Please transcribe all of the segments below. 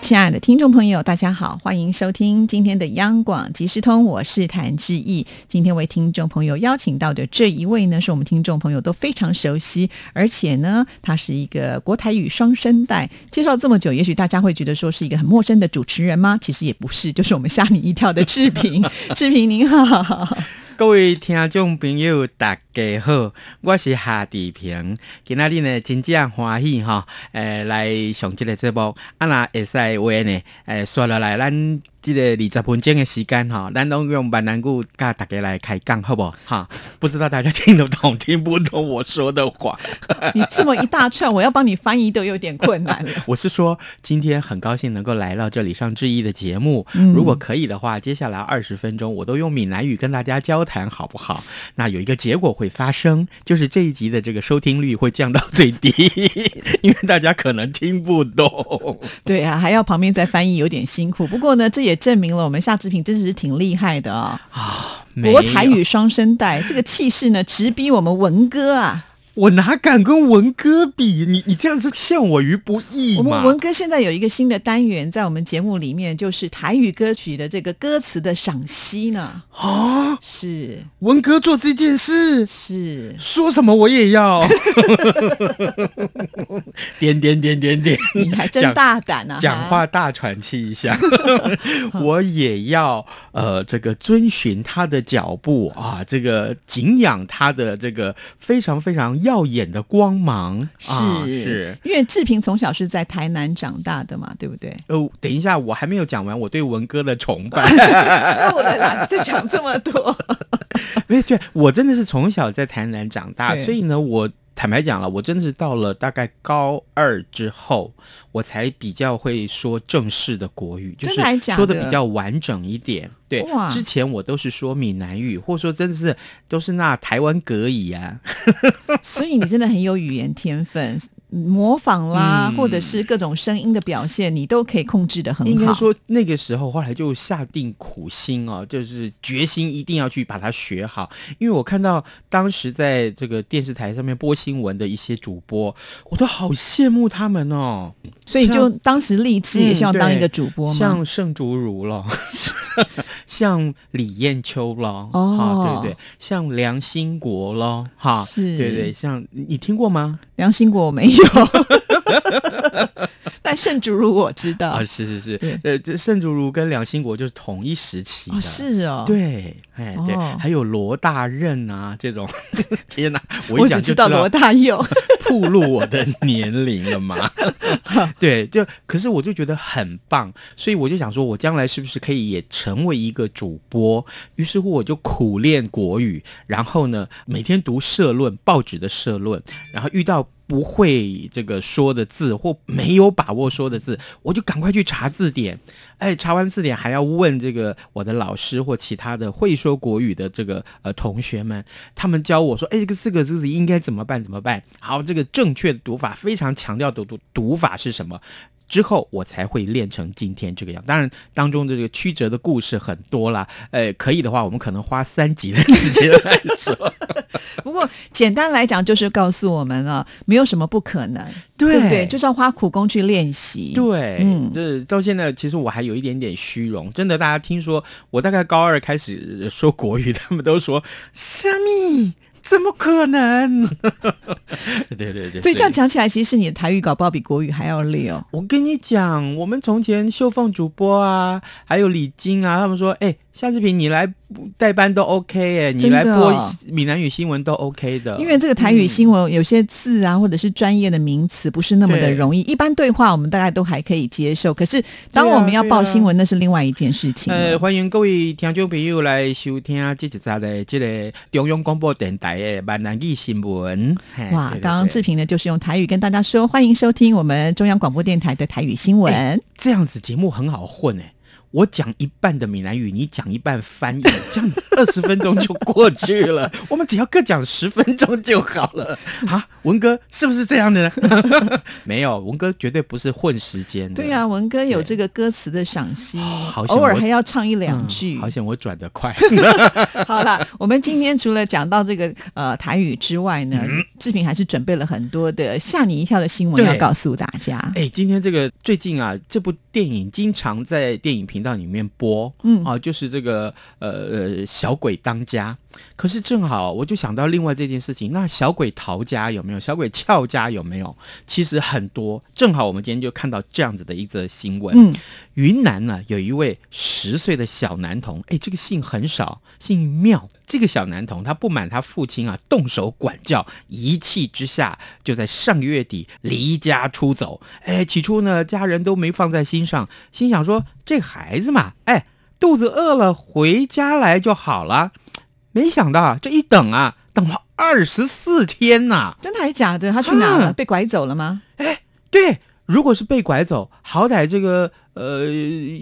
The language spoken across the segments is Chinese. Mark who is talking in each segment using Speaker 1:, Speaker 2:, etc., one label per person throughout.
Speaker 1: 亲爱的听众朋友，大家好，欢迎收听今天的央广即时通，我是谭志毅。今天为听众朋友邀请到的这一位呢，是我们听众朋友都非常熟悉，而且呢，他是一个国台语双声带。介绍这么久，也许大家会觉得说是一个很陌生的主持人吗？其实也不是，就是我们吓你一跳的志平。志平您好，
Speaker 2: 各位听众朋友，大家好，我是夏志平。今仔日呢，真正欢喜吼，诶、来上即个节目，啊，若会使的话呢，诶、刷落来咱即个二十分钟的时间吼，咱拢用闽南语甲大家来开讲，好无哈，不知道大家听得懂听不懂我说的话？
Speaker 1: 你这么一大串，我要帮你翻译都有点困难了。
Speaker 2: 我是说，今天很高兴能够来到这里上志毅的节目。
Speaker 1: 嗯
Speaker 2: 如果可以的话，接下来二十分钟我都用闽南语跟大家交谈，好不好？那有一个结果会发生，就是这一集的这个收听率会降到最低， 因为大家可能听不懂。
Speaker 1: 对啊，还要旁边再翻译，有点辛苦。不过呢，这也证明了我们夏志平真的是挺厉害的啊、
Speaker 2: 没
Speaker 1: 国
Speaker 2: 有
Speaker 1: 台，语双声带，这个气势呢，直逼我们文哥啊！
Speaker 2: 我哪敢跟文哥比？你你这样是陷我于不义
Speaker 1: 我们
Speaker 2: 嘛？
Speaker 1: 文哥现在有一个新的单元，在我们节目里面，就是台语歌曲的这个歌词的赏析呢。
Speaker 2: 啊，
Speaker 1: 是
Speaker 2: 文哥做这件事，
Speaker 1: 是，
Speaker 2: 说什么我也要。 点点点点点，
Speaker 1: 你还真
Speaker 2: 讲
Speaker 1: 大胆啊！
Speaker 2: 嗯讲
Speaker 1: 哈
Speaker 2: 话大喘气一下， 我也要呃，这个遵循他的脚步啊，这个敬仰他的这个非常非常耀眼的光芒啊，
Speaker 1: 是
Speaker 2: 是。
Speaker 1: 因为志平从小是在台南长大的嘛，对不 对？
Speaker 2: 呃，等一下，我还没有讲完我对文哥的崇 拜。
Speaker 1: 哎够了啦，你再讲这么 多，
Speaker 2: 没有，对，我真的是从小在台南长大，
Speaker 1: 对
Speaker 2: 所以呢，我坦白讲了，我真的是到了大概高二之后，我才比较会说正式的国语，就
Speaker 1: 真的还
Speaker 2: 是
Speaker 1: 假
Speaker 2: 说的
Speaker 1: 的
Speaker 2: 比较完整一点。对
Speaker 1: 哇，
Speaker 2: 之前我都是说闽南语，或者说真的是都是那台湾格语啊。
Speaker 1: 所以你真的很有语言天分，模仿啦，
Speaker 2: 嗯
Speaker 1: 或者是各种声音的表现，你都可以控制的很好。
Speaker 2: 应该说那个时候，后来就下定苦心哦，就是决心一定要去把它学好。因为我看到当时在这个电视台上面播新闻的一些主播，我都好羡慕他们哦。
Speaker 1: 所以就
Speaker 2: 像嗯
Speaker 1: 当时立志也希望当一个主播嘛。
Speaker 2: 像盛竹如 了，像李艳秋了，
Speaker 1: 哦
Speaker 2: 啊，对对，像梁兴国了，哈，
Speaker 1: 是
Speaker 2: 对对，像你你听过吗？
Speaker 1: 良心果我没有， 但圣主如我知道
Speaker 2: 啊，是是
Speaker 1: 对
Speaker 2: 是，呃，这盛竹如跟梁兴国就是同一时期
Speaker 1: 哦，
Speaker 2: 的，
Speaker 1: 是哦，，
Speaker 2: 对，哎对
Speaker 1: 哦，
Speaker 2: 还有罗大任啊这种， 天哪，我
Speaker 1: 我
Speaker 2: 一
Speaker 1: 只
Speaker 2: 讲
Speaker 1: 知
Speaker 2: 就
Speaker 1: 道罗大佑，
Speaker 2: 暴露我的年龄了嘛？对，就可是我就觉得很棒，所以我就想说，我将来是不是可以也成为一个主播？于是乎，我就苦练国语，然后呢，每天读社论，报纸的社论，然后遇到。不会这个说的字或没有把握说的字，我就赶快去查字典。哎，查完字典还要问这个我的老师或其他的会说国语的这个呃同学们，他们教我说，哎，这个这个字应该怎么办？怎么办？好，这个正确的读法非常强调读读读法是什么？之后我才会练成今天这个样。当然，当中的这个曲折的故事很多啦。呃，可以的话，我们可能花三集的时间来说。
Speaker 1: 不过简单来讲就是告诉我们啊，没有什么不可能，
Speaker 2: 对
Speaker 1: 不对？就是要花苦功去练习，
Speaker 2: 对，
Speaker 1: 嗯
Speaker 2: 这到现在其实我还有一点点虚荣。真的，大家听说我大概高二开始呃说国语，他们都说虾米。怎么可能？ 对对对，
Speaker 1: 所以这样讲起来，其实你的台语搞不好比国语还要溜。
Speaker 2: 我跟你讲，我们从前秀凤主播啊，还有李菁啊，他们说，哎、夏志平你来代班都 OK 哎、你
Speaker 1: 真的
Speaker 2: 来播闽南语新闻都 OK 的，
Speaker 1: 因为这个台语新闻有些字啊，或者是专业的名词，不是那么的
Speaker 2: 嗯对
Speaker 1: 容易。一般对话我们大概都还可以接受，可是当
Speaker 2: 对啊
Speaker 1: 我们要
Speaker 2: 对
Speaker 1: 报
Speaker 2: 啊
Speaker 1: 新闻，那是另外一件事情了。
Speaker 2: 呃，欢迎各位听众朋友来收听这一集的这个中央广播电台的闽南语新闻。嘿
Speaker 1: 哇，
Speaker 2: 哎对对
Speaker 1: 刚刚
Speaker 2: 对
Speaker 1: 志平呢，就是用台语跟大家说，欢迎收听我们中央广播电台的台语新闻。
Speaker 2: 这样子节目很好混哎、我讲一半的闽南语，你讲一半翻译，这样二十分钟就过去了。 我们只要各讲十分钟就好了。 啊，文哥是不是这样的 呢？没有，文哥绝对不是混时间的。
Speaker 1: 对啊，文哥有
Speaker 2: 对
Speaker 1: 这个歌词的赏析，
Speaker 2: 嗯好险
Speaker 1: 偶尔
Speaker 2: 我
Speaker 1: 还要唱一两
Speaker 2: 嗯
Speaker 1: 句。
Speaker 2: 好险我转得快。
Speaker 1: 好了，我们今天除了讲到这个呃台语之外呢，志平还是准备了很多的吓你一跳的新闻
Speaker 2: 嗯对
Speaker 1: 要告诉大家。
Speaker 2: 哎、今天这个最近啊，这部电影经常在电影频道里面播，
Speaker 1: 嗯
Speaker 2: 啊，就是这个呃呃小鬼当家。可是正好我就想到另外这件事情，那小鬼逃家有没有？小鬼俏家有没有？其实很多，正好我们今天就看到这样子的一则新闻。
Speaker 1: 嗯，
Speaker 2: 云南呢、有一位十岁的小男童，哎，这个姓很少，姓妙。这个小男童他不满他父亲啊动手管教，一气之下就在上个月底离家出走。哎，起初呢家人都没放在心上，心想说这孩子嘛，哎，肚子饿了回家来就好了。没想到啊，这一等啊，等了二十四天呐、
Speaker 1: 真的还假的？他去哪了？
Speaker 2: 啊
Speaker 1: 被拐走了吗？
Speaker 2: 对，如果是被拐走，好歹这个呃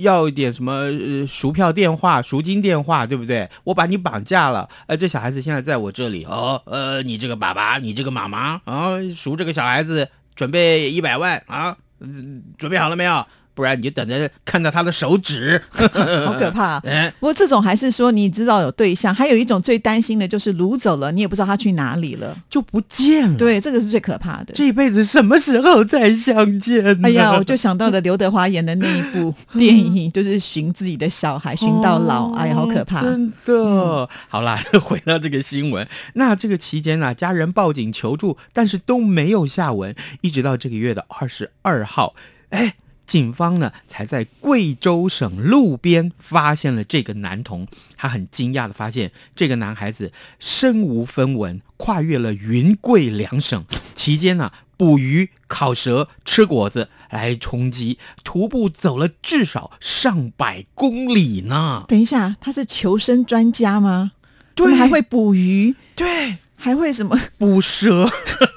Speaker 2: 要一点什么呃赎票电话、赎金电话，对不对？我把你绑架了，呃，这小孩子现在在我这里哦，呃，你这个爸爸，你这个妈妈啊，赎这个小孩子，准备一百万啊、嗯准备好了没有？不然你就等着看到他的手指，
Speaker 1: 好
Speaker 2: 好
Speaker 1: 可怕、
Speaker 2: 嗯，
Speaker 1: 不过这种还是说你知道有对象，还有一种最担心的就是掳走了，你也不知道他去哪里了。
Speaker 2: 就不见了。，
Speaker 1: 对，这个是最可怕的。
Speaker 2: 这辈子什么时候再相见呢？
Speaker 1: 哎 呀，我就想到了刘德华演的那一部电影，就是寻自己的小孩，寻到老，
Speaker 2: 哦
Speaker 1: 哎呀，好可怕！嗯
Speaker 2: 真的，好啦， 回到这个新闻，那这个期间呢、啊家人报警求助，但是都没有下文，一直到这个月的二十二号，哎。警方呢，才在贵州省路边发现了这个男童。他很惊讶的发现，这个男孩子身无分文，跨越了云贵两省，期间呢、捕鱼、烤蛇、吃果子来充饥，徒步走了至少上百公里呢。
Speaker 1: 等一下，他是求生专家吗？
Speaker 2: 对
Speaker 1: 怎么还会捕鱼，
Speaker 2: 对，
Speaker 1: 还会什么？
Speaker 2: 捕蛇。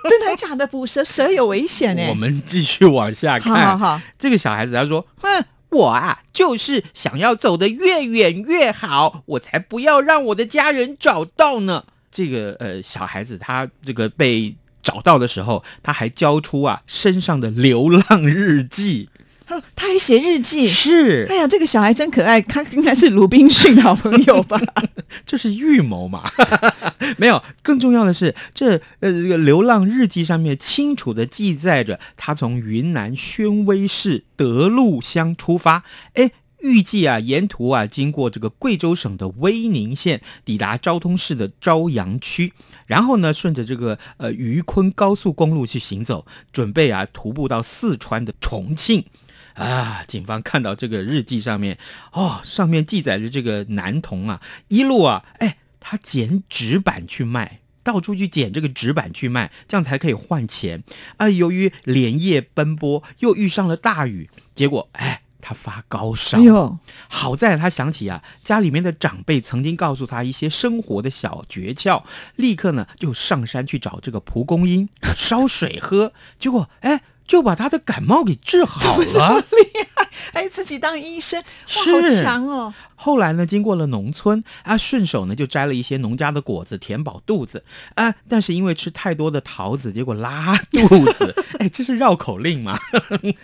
Speaker 1: 真的还假的？捕蛇，蛇有危险哎、
Speaker 2: 我们继续往
Speaker 1: 好
Speaker 2: 下看。
Speaker 1: 好好，
Speaker 2: 这个小孩子他说：“哼，我啊，就是想要走得越远越好，我才不要让我的家人找到呢。”这个呃，小孩子他这个被找到的时候，他还交出啊身上的流浪日记，
Speaker 1: 哼他还写日记。
Speaker 2: 是
Speaker 1: 哎呀，这个小孩真可爱，他应该是鲁滨逊的好朋友 吧？
Speaker 2: 这是预谋嘛？ 没有，更重要的是，这呃这个流浪日记上面清楚的记载着他从云南宣威市德禄乡出发，哎。预计啊，沿途啊，经过这个贵州省的威宁县，抵达昭通市的昭阳区，然后呢，顺着这个呃畊昆高速公路去行走，准备啊徒步到四川的重庆。啊！警方看到这个日记上面，哦，上面记载着这个男童啊，一路啊，哎，他捡纸板去卖。到处去捡这个纸板去卖，这样才可以换钱。啊、由于连夜奔波，又遇上了大雨，结果哎，他发高烧。
Speaker 1: 哎呦，
Speaker 2: 好在他想起啊，家里面的长辈曾经告诉他一些生活的小诀窍，立刻呢就上山去找这个蒲公英 烧水喝，结果哎就把他的感冒给治 好了。
Speaker 1: 哎，自己当医生，哇，
Speaker 2: 是
Speaker 1: 好强哦！
Speaker 2: 后来呢，经过了农村啊，顺手呢就摘了一些农家的果子填饱肚子啊，但是因为吃太多的桃子，结果拉肚子， 哎，这是绕口令吗？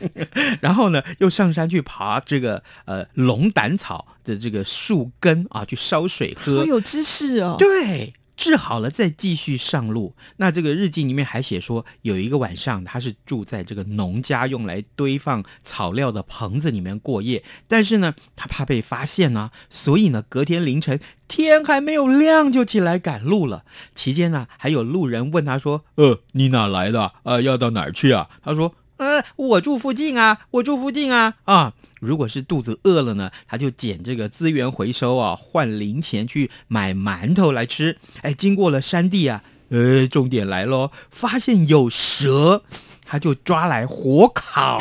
Speaker 2: 然后呢，又上山去爬这个呃龙胆草的这个树根啊，去烧水喝
Speaker 1: 好，有知识哦。
Speaker 2: 对，治好了再继续上路。那这个日记里面还写说，有一个晚上他是住在这个农家用来堆放草料的棚子里面过夜，但是呢，他怕被发现呢、所以呢，隔天凌晨天还没有亮就起来赶路了。期间呢，还有路人问他说：“呃，你哪来的？呃，要到哪儿去啊？”他说：“呃，我住附近啊，我住附近啊啊！如果是肚子饿了呢，他就捡这个资源回收啊，换零钱去买馒头来吃。哎，经过了山地啊，呃，重点来喽，发现有蛇，他就抓来火烤。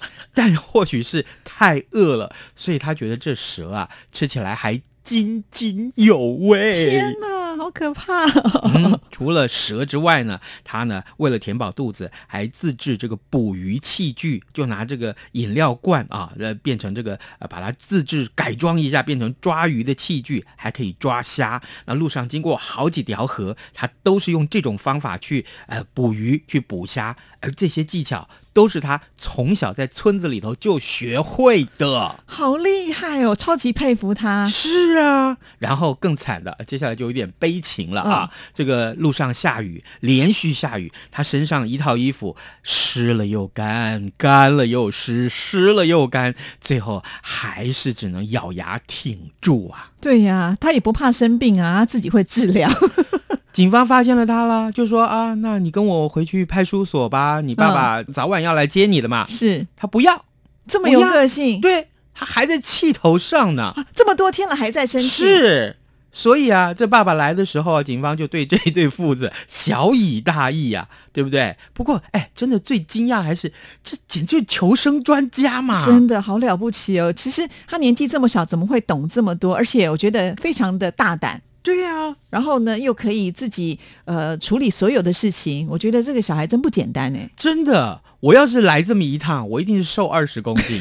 Speaker 2: 但或许是太饿了，所以他觉得这蛇啊，吃起来还津津有味。
Speaker 1: 天哪，好好可怕、哦！
Speaker 2: 嗯，除了蛇之外呢，他呢为了填饱肚子，还自制这个捕鱼器具，就拿这个饮料罐啊，呃，变成这个呃，把它自制改装一下，变成抓鱼的器具，还可以抓虾。那路上经过好几条河，他都是用这种方法去呃捕鱼、去捕虾，而这些技巧都是他从小在村子里头就学会的。
Speaker 1: 好厉害哦，超级佩服他。
Speaker 2: 是啊，然后更惨的，接下来就有点悲情了啊！这个路上下雨，连续下雨，他身上一套衣服湿了又干，干了又湿，湿了又干，最后还是只能咬牙挺住啊！
Speaker 1: 对呀、他也不怕生病啊，他自己会治疗。
Speaker 2: 警方发现了他啦，就说啊，那你跟我回去派出所吧，你爸爸早晚要来接你的嘛。
Speaker 1: 是
Speaker 2: 他不要，
Speaker 1: 这么有
Speaker 2: 不要
Speaker 1: 个性，
Speaker 2: 对他还在气头上呢。
Speaker 1: 啊这么多天了还在生气，
Speaker 2: 是，所以啊，这爸爸来的时候啊，警方就对这对父子小以大义呀、啊，对不对？不过，哎，真的最惊讶还是这简直就是求生专家嘛！
Speaker 1: 真的好了不起哦。其实他年纪这么小，怎么会懂这么多？而且我觉得非常的大胆。
Speaker 2: 对啊，
Speaker 1: 然后呢，又可以自己呃处理所有的事情，我觉得这个小孩真不简单哎。
Speaker 2: 真的，我要是来这么一趟，我一定是瘦二十公斤。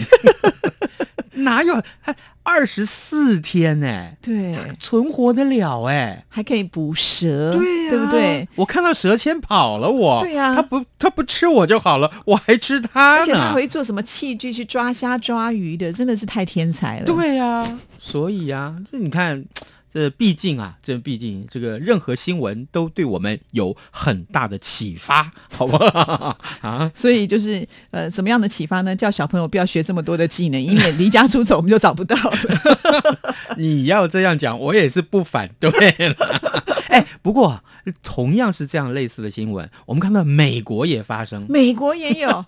Speaker 2: 哪有哎二十四天呢、哎
Speaker 1: 对，
Speaker 2: 存活得了哎、
Speaker 1: 还可以捕蛇，
Speaker 2: 对呀、
Speaker 1: 对不对？？
Speaker 2: 我看到蛇先跑了我，
Speaker 1: 对呀
Speaker 2: 它不它不吃我就好了，我还吃它呢。
Speaker 1: 而且他会做什么器具去抓虾抓鱼的，真的是太天才了。，
Speaker 2: 对呀、 所以呀、这你看，这毕竟啊，这毕竟这个任何新闻都对我们有很大的启发，好不好 啊？
Speaker 1: 所以就是呃，怎么样的启发呢？叫小朋友不要学这么多的技能，以免离家出走，我们就找不到 了。
Speaker 2: 你要这样讲，我也是不反对了。 哎，不过同样是这样类似的新闻，我们看到美国也发生，
Speaker 1: 美国也 有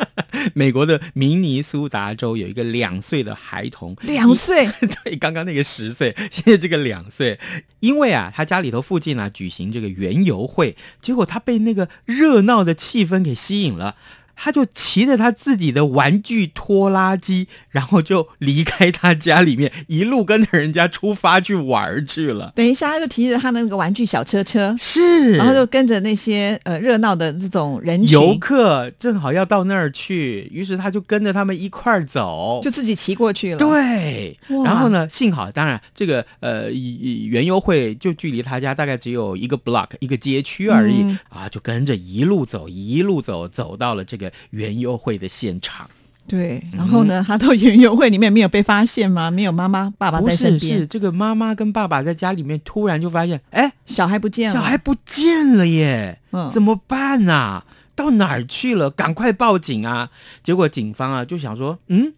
Speaker 2: 美国的明尼苏达州有一个两岁的孩童，
Speaker 1: 两岁，
Speaker 2: 对，刚刚那个十岁， 现在这个两岁，因为啊，他家里头附近啊举行这个园游会，结果他被那个热闹的气氛给吸引了。他就骑着他自己的玩具拖拉机，然后就离开他家里面，一路跟着人家出发去玩儿去了。
Speaker 1: 等一下他就提着他那个玩具小车车，
Speaker 2: 是
Speaker 1: 然后就跟着那些呃热闹的这种人
Speaker 2: 游
Speaker 1: 群，
Speaker 2: 客正好要到那儿去，于是他就跟着他们一块儿走，
Speaker 1: 就自己骑过去了。
Speaker 2: 对，
Speaker 1: 哇
Speaker 2: 然后呢？幸好，当然，这个呃，以以园游会就距离他家大概只有一个 block 一个街区而已、
Speaker 1: 嗯
Speaker 2: 啊，就跟着一路走，一路走，走到了这个园游会的现场。
Speaker 1: 对，
Speaker 2: 嗯
Speaker 1: 然后呢，他到园游会里面没有被发现吗？没有妈妈、爸爸
Speaker 2: 不
Speaker 1: 在
Speaker 2: 是，
Speaker 1: 身边
Speaker 2: 是，这个妈妈跟爸爸在家里面突然就发现，哎，
Speaker 1: 小孩不见了，
Speaker 2: 小孩不见了耶，
Speaker 1: 嗯
Speaker 2: 怎么办啊？到哪儿去了？赶快报警啊！结果警方啊就想说，嗯，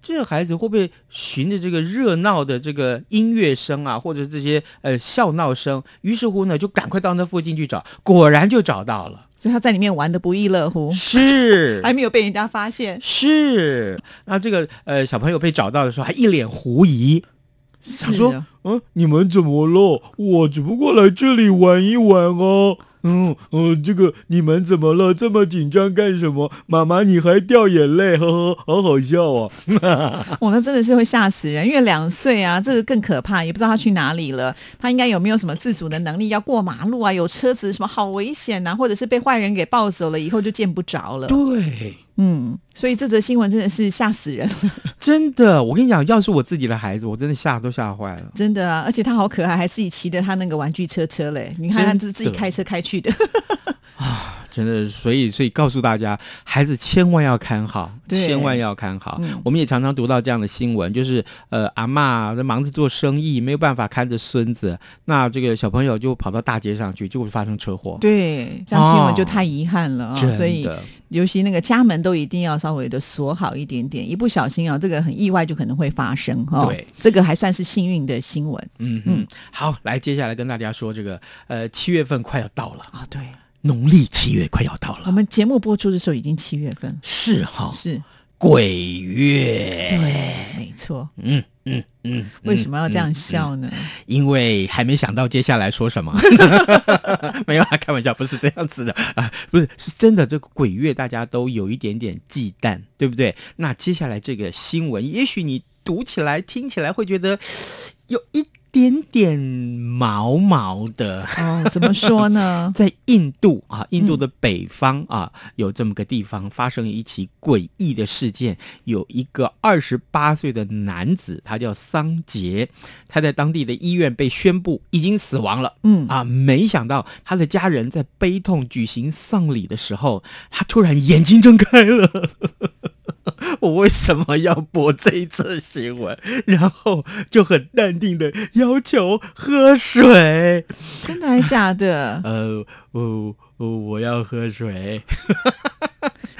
Speaker 2: 这孩子会不会循着这个热闹的这个音乐声啊，或者这些呃笑闹声？于是乎呢，就赶快到那附近去找，果然就找到了，
Speaker 1: 所以他在里面玩的不亦乐乎，
Speaker 2: 是
Speaker 1: 还没有被人家发现。
Speaker 2: 是。那这个呃小朋友被找到的时候，还一脸狐疑，想
Speaker 1: 是
Speaker 2: 说
Speaker 1: 啊，
Speaker 2: 嗯，你们怎么了？我只不过来这里玩一玩哦。嗯嗯，这个你们怎么了？这么紧张干什么？妈妈，你还掉眼泪，呵呵，好好笑哦。
Speaker 1: 哇，那真的是会吓死人，因为两岁啊，这个更可怕，也不知道他去哪里了。他应该有没有什么自主的能力？要过马路啊，有车子什么好危险呐、或者是被坏人给抱走了，以后就见不着了。
Speaker 2: 对，
Speaker 1: 嗯，所以这则新闻真的是吓死人了，
Speaker 2: 真的，我跟你讲，要是我自己的孩子，我真的吓都吓坏了。
Speaker 1: 真的啊！而且他好可爱，还自己骑着他那个玩具车车嘞。你看，他
Speaker 2: 真
Speaker 1: 是自己
Speaker 2: 的
Speaker 1: 开车开去 的。
Speaker 2: 真的，所以所以告诉大家，孩子千万要看好，
Speaker 1: 对
Speaker 2: 千万要看好。
Speaker 1: 嗯
Speaker 2: 我们也常常读到这样的新闻，就是呃，阿嬷忙着做生意，没有办法看着孙子，那这个小朋友就跑到大街上去，就会发生车祸。
Speaker 1: 对，这样新闻就
Speaker 2: 哦
Speaker 1: 太遗憾了啊、
Speaker 2: 真的
Speaker 1: 所以，尤其那个家门都一定要稍微的锁好一点点，一不小心啊，这个很意外就可能会发生哈、
Speaker 2: 对，
Speaker 1: 这个还算是幸运的新闻
Speaker 2: 嗯
Speaker 1: 嗯
Speaker 2: 嗯，好，来，接下来跟大家说这个，呃，七月份快要到了，
Speaker 1: 啊、对，
Speaker 2: 农历七月快要到
Speaker 1: 我
Speaker 2: 了，
Speaker 1: 们节目播出的时候已经七月份了，
Speaker 2: 是哈，
Speaker 1: 是
Speaker 2: 鬼月，
Speaker 1: 对，没错。
Speaker 2: 嗯嗯嗯，
Speaker 1: 为什么要这样
Speaker 2: 嗯？
Speaker 1: 笑呢？
Speaker 2: 嗯因为还没想到接下来说什 么，没有啊，开玩笑，不是这样子的啊，不是，是真的，这个鬼月大家都有一点点忌惮，对不对？那接下来这个新闻，也许你读起来、听起来会觉得有一点点毛毛的。
Speaker 1: 哦，怎么说呢
Speaker 2: ？在印度啊，印度的北方啊，有这么个地方发生一起诡异的事件，有一个二十八岁的男子，他叫桑杰，他在当地的医院被宣布已经死亡了。
Speaker 1: 嗯，
Speaker 2: 啊，没想到他的家人在悲痛举行丧礼的时候，他突然眼睛睁开了。 我为什么要播这一次新闻？然后就很淡定的要求喝水。
Speaker 1: 真的还假的？
Speaker 2: 呃，我我我要喝水。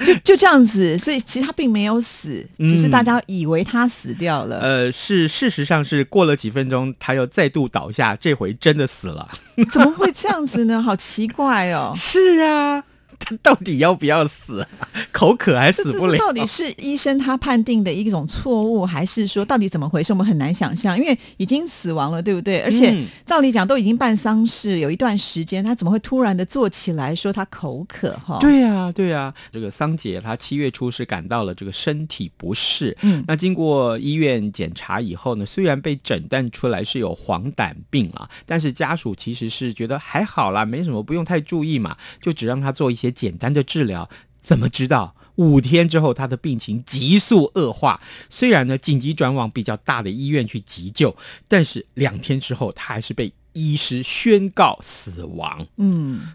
Speaker 1: 就就这样子，所以其实他并没有死，
Speaker 2: 嗯
Speaker 1: 只是大家以为他死掉了。
Speaker 2: 呃，是事实上是过了几分钟，他又再度倒下，这回真的死了。！
Speaker 1: 怎么会这样子呢？好奇怪哦
Speaker 2: 是啊，他到底要不要死 啊？口渴还
Speaker 1: 这
Speaker 2: 死
Speaker 1: 这
Speaker 2: 不
Speaker 1: 是
Speaker 2: 了。
Speaker 1: 到底是医生他判定的一种错误，还是说到底怎么回事？我们很难想象，因为已经死亡了，对不对？而且
Speaker 2: 嗯
Speaker 1: 照理讲都已经办丧事有一段时间，他怎么会突然的坐起来说他口渴？哈，，
Speaker 2: 对呀、对呀、这个桑杰他七月初是感到了这个身体不适，
Speaker 1: 嗯
Speaker 2: 那经过医院检查以后呢，虽然被诊断出来是有黄疸病啊，但是家属其实是觉得还好啦，没什么，不用太注意嘛，就只让他做一些简单的治疗。怎么知道？五天之后，他的病情急速恶化。虽然呢，紧急转往比较大的医院去急救，但是两天之后，他还是被医师宣告死亡。
Speaker 1: 嗯，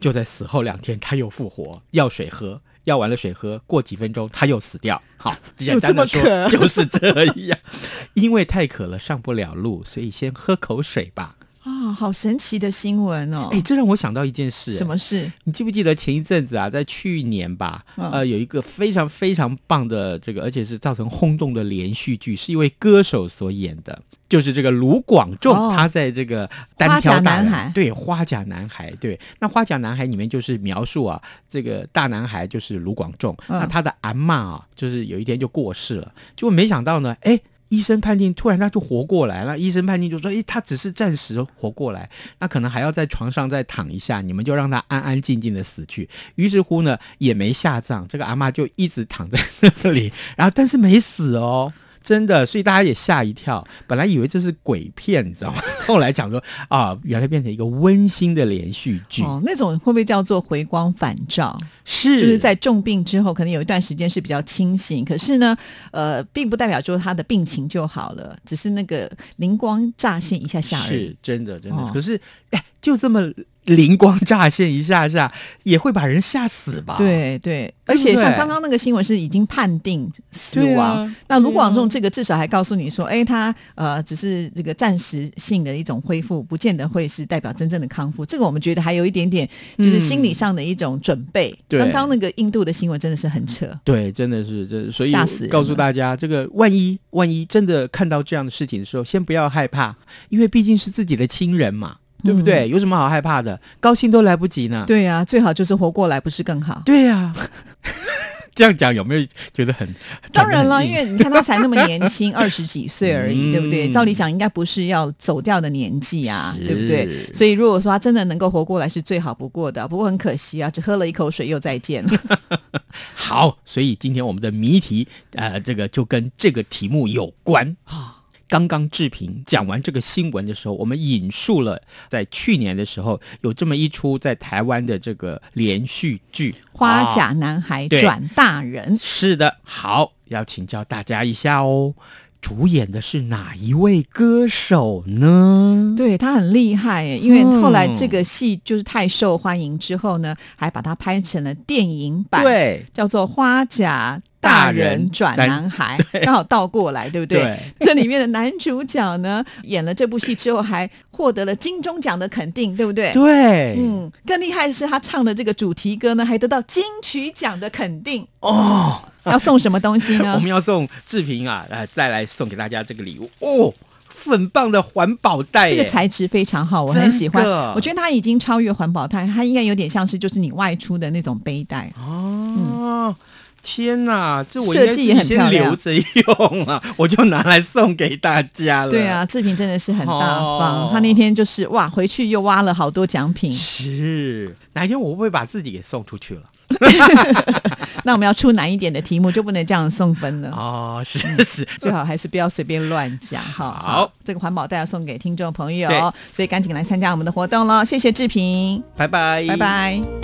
Speaker 2: 就在死后两天，他又复活，要水喝，要完了水喝，过几分钟他又死掉。好，简单的 说
Speaker 1: 有这 么渴
Speaker 2: 就是这样，因为太渴了上不了路，所以先喝口水吧。
Speaker 1: 啊、好神奇的新闻哦！
Speaker 2: 哎，这让我想到一件事，
Speaker 1: 什？么事？
Speaker 2: 你记不记得前一阵子啊，在去年吧，
Speaker 1: 嗯
Speaker 2: 呃，有一个非常非常棒的这个，而且是造成轰动的连续剧，是一位歌手所演的，就是这个卢广仲，
Speaker 1: 哦
Speaker 2: 他在这个单
Speaker 1: 花甲
Speaker 2: 挑大人
Speaker 1: 男孩
Speaker 2: 对花甲男孩，对，那花甲男孩里面就是描述啊，这个大男孩就是卢广仲，
Speaker 1: 嗯
Speaker 2: 那他的阿嬷啊，就是有一天就过世了，结果没想到呢，哎。医生判定，突然他就活过来了。医生判定就说：“哎，他只是暂时活过来，那可能还要在床上再躺一下，你们就让他安安静静的死去。于是乎呢，也没下葬，这个阿嬷就一直躺在那里， 然后但是没死哦。真的，所以大家也吓一跳，本来以为这是鬼片，你知道吗？ 后来讲说啊，原来变成一个温馨的连续剧，
Speaker 1: 哦，那种会不会叫做回光返照？
Speaker 2: 嗯是
Speaker 1: 就是在重病之后，可能有一段时间是比较清醒，可是呢，呃，并不代表说他的病情就好了，只是那个灵光乍现一下下而已。
Speaker 2: 是真的，真的。
Speaker 1: 哦
Speaker 2: 可是哎，就这么灵光乍现一下下，也会把人吓死吧？
Speaker 1: 对对，
Speaker 2: 对
Speaker 1: 而
Speaker 2: 不啊对
Speaker 1: 且像刚刚那个新闻是已经判定死
Speaker 2: 对啊，
Speaker 1: 亡，那卢广仲
Speaker 2: 对啊
Speaker 1: 这个至少还告诉你说，哎、他呃只是这个暂时性的一种恢复，不见得会是代表真正的康复。这个我们觉得还有一点点就是心理上的一种准备。
Speaker 2: 嗯对
Speaker 1: 刚刚那个印度的新闻真的是很扯。
Speaker 2: 对，啊真的是这，所以
Speaker 1: 吓死人
Speaker 2: 告诉
Speaker 1: 了
Speaker 2: 大家，这个万一万一真的看到这样的事情的时候，先不要害怕，因为毕竟是自己的亲人嘛，对不对？有什么好害怕的？高兴都来不及呢。
Speaker 1: 嗯对啊，最好就是活过来，不是更 好？
Speaker 2: 对呀、这样讲有没有觉得很？
Speaker 1: 当然了，因
Speaker 2: 为
Speaker 1: 为你看他才那么年轻， 二十几岁而已，
Speaker 2: 嗯
Speaker 1: 对不对？照理讲，应该不是要走掉的年纪啊，
Speaker 2: 是
Speaker 1: 对不对？所以如果说他真的能够活过来，是最好不过的。不过很可惜啊，只喝了一口水又再 见了。
Speaker 2: 好，所以今天我们的谜题，呃，这个就跟这个题目有关。
Speaker 1: 啊
Speaker 2: 刚刚志平讲完这个新闻的时候，我们引述了在去年的时候有这么一出在台湾的这个连续剧《
Speaker 1: 花
Speaker 2: 啊
Speaker 1: 甲男孩
Speaker 2: 对
Speaker 1: 转大人，
Speaker 2: 是的，好，要请教大家一下哦，主演的是哪一位歌手呢？
Speaker 1: 对他很厉害耶，因为
Speaker 2: 嗯
Speaker 1: 后来这个戏就是太受欢迎之后呢，还把它拍成了电影版，，
Speaker 2: 对
Speaker 1: 叫做《花甲大人转男孩》，刚好倒过来，对不对？
Speaker 2: 对
Speaker 1: 这里面的男主角呢，演了这部戏之后，还获得了金钟奖的肯定，对不对？
Speaker 2: 对，
Speaker 1: 嗯，更厉害的是他唱的这个主题歌呢，还得到金曲奖的肯定。
Speaker 2: 哦，
Speaker 1: 要送什么东西
Speaker 2: 我
Speaker 1: 呢
Speaker 2: 们？要送志平啊，呃，再来送给大家这个礼物哦，很棒的环保袋
Speaker 1: 这
Speaker 2: 耶，
Speaker 1: 个材质非常好，我
Speaker 2: 哎真
Speaker 1: 很喜欢
Speaker 2: 的。
Speaker 1: 我觉得它已经超越环保袋，它应该有点像是就是你外出的那种背带。
Speaker 2: 哦。天呐，这我应
Speaker 1: 设
Speaker 2: 该
Speaker 1: 计
Speaker 2: 自
Speaker 1: 也
Speaker 2: 己
Speaker 1: 很漂
Speaker 2: 先
Speaker 1: 亮
Speaker 2: 留着用啊， 我就拿来送给大家了。
Speaker 1: 对啊，志平真的是很大方，
Speaker 2: 哦
Speaker 1: 他那天就是哇，回去又挖了好多奖品。
Speaker 2: 是哪一天我会不会把自己给送出去了？
Speaker 1: 那我们要出难一点的题目，就不能这样送分了。
Speaker 2: 哦，是
Speaker 1: 嗯
Speaker 2: 是，
Speaker 1: 最好还是不要随便乱讲哈。
Speaker 2: 好，
Speaker 1: 这个环保袋要送给听众朋友
Speaker 2: 对，
Speaker 1: 所以赶紧来参加我们的活动喽！谢谢志平，
Speaker 2: 拜拜，
Speaker 1: 拜。拜。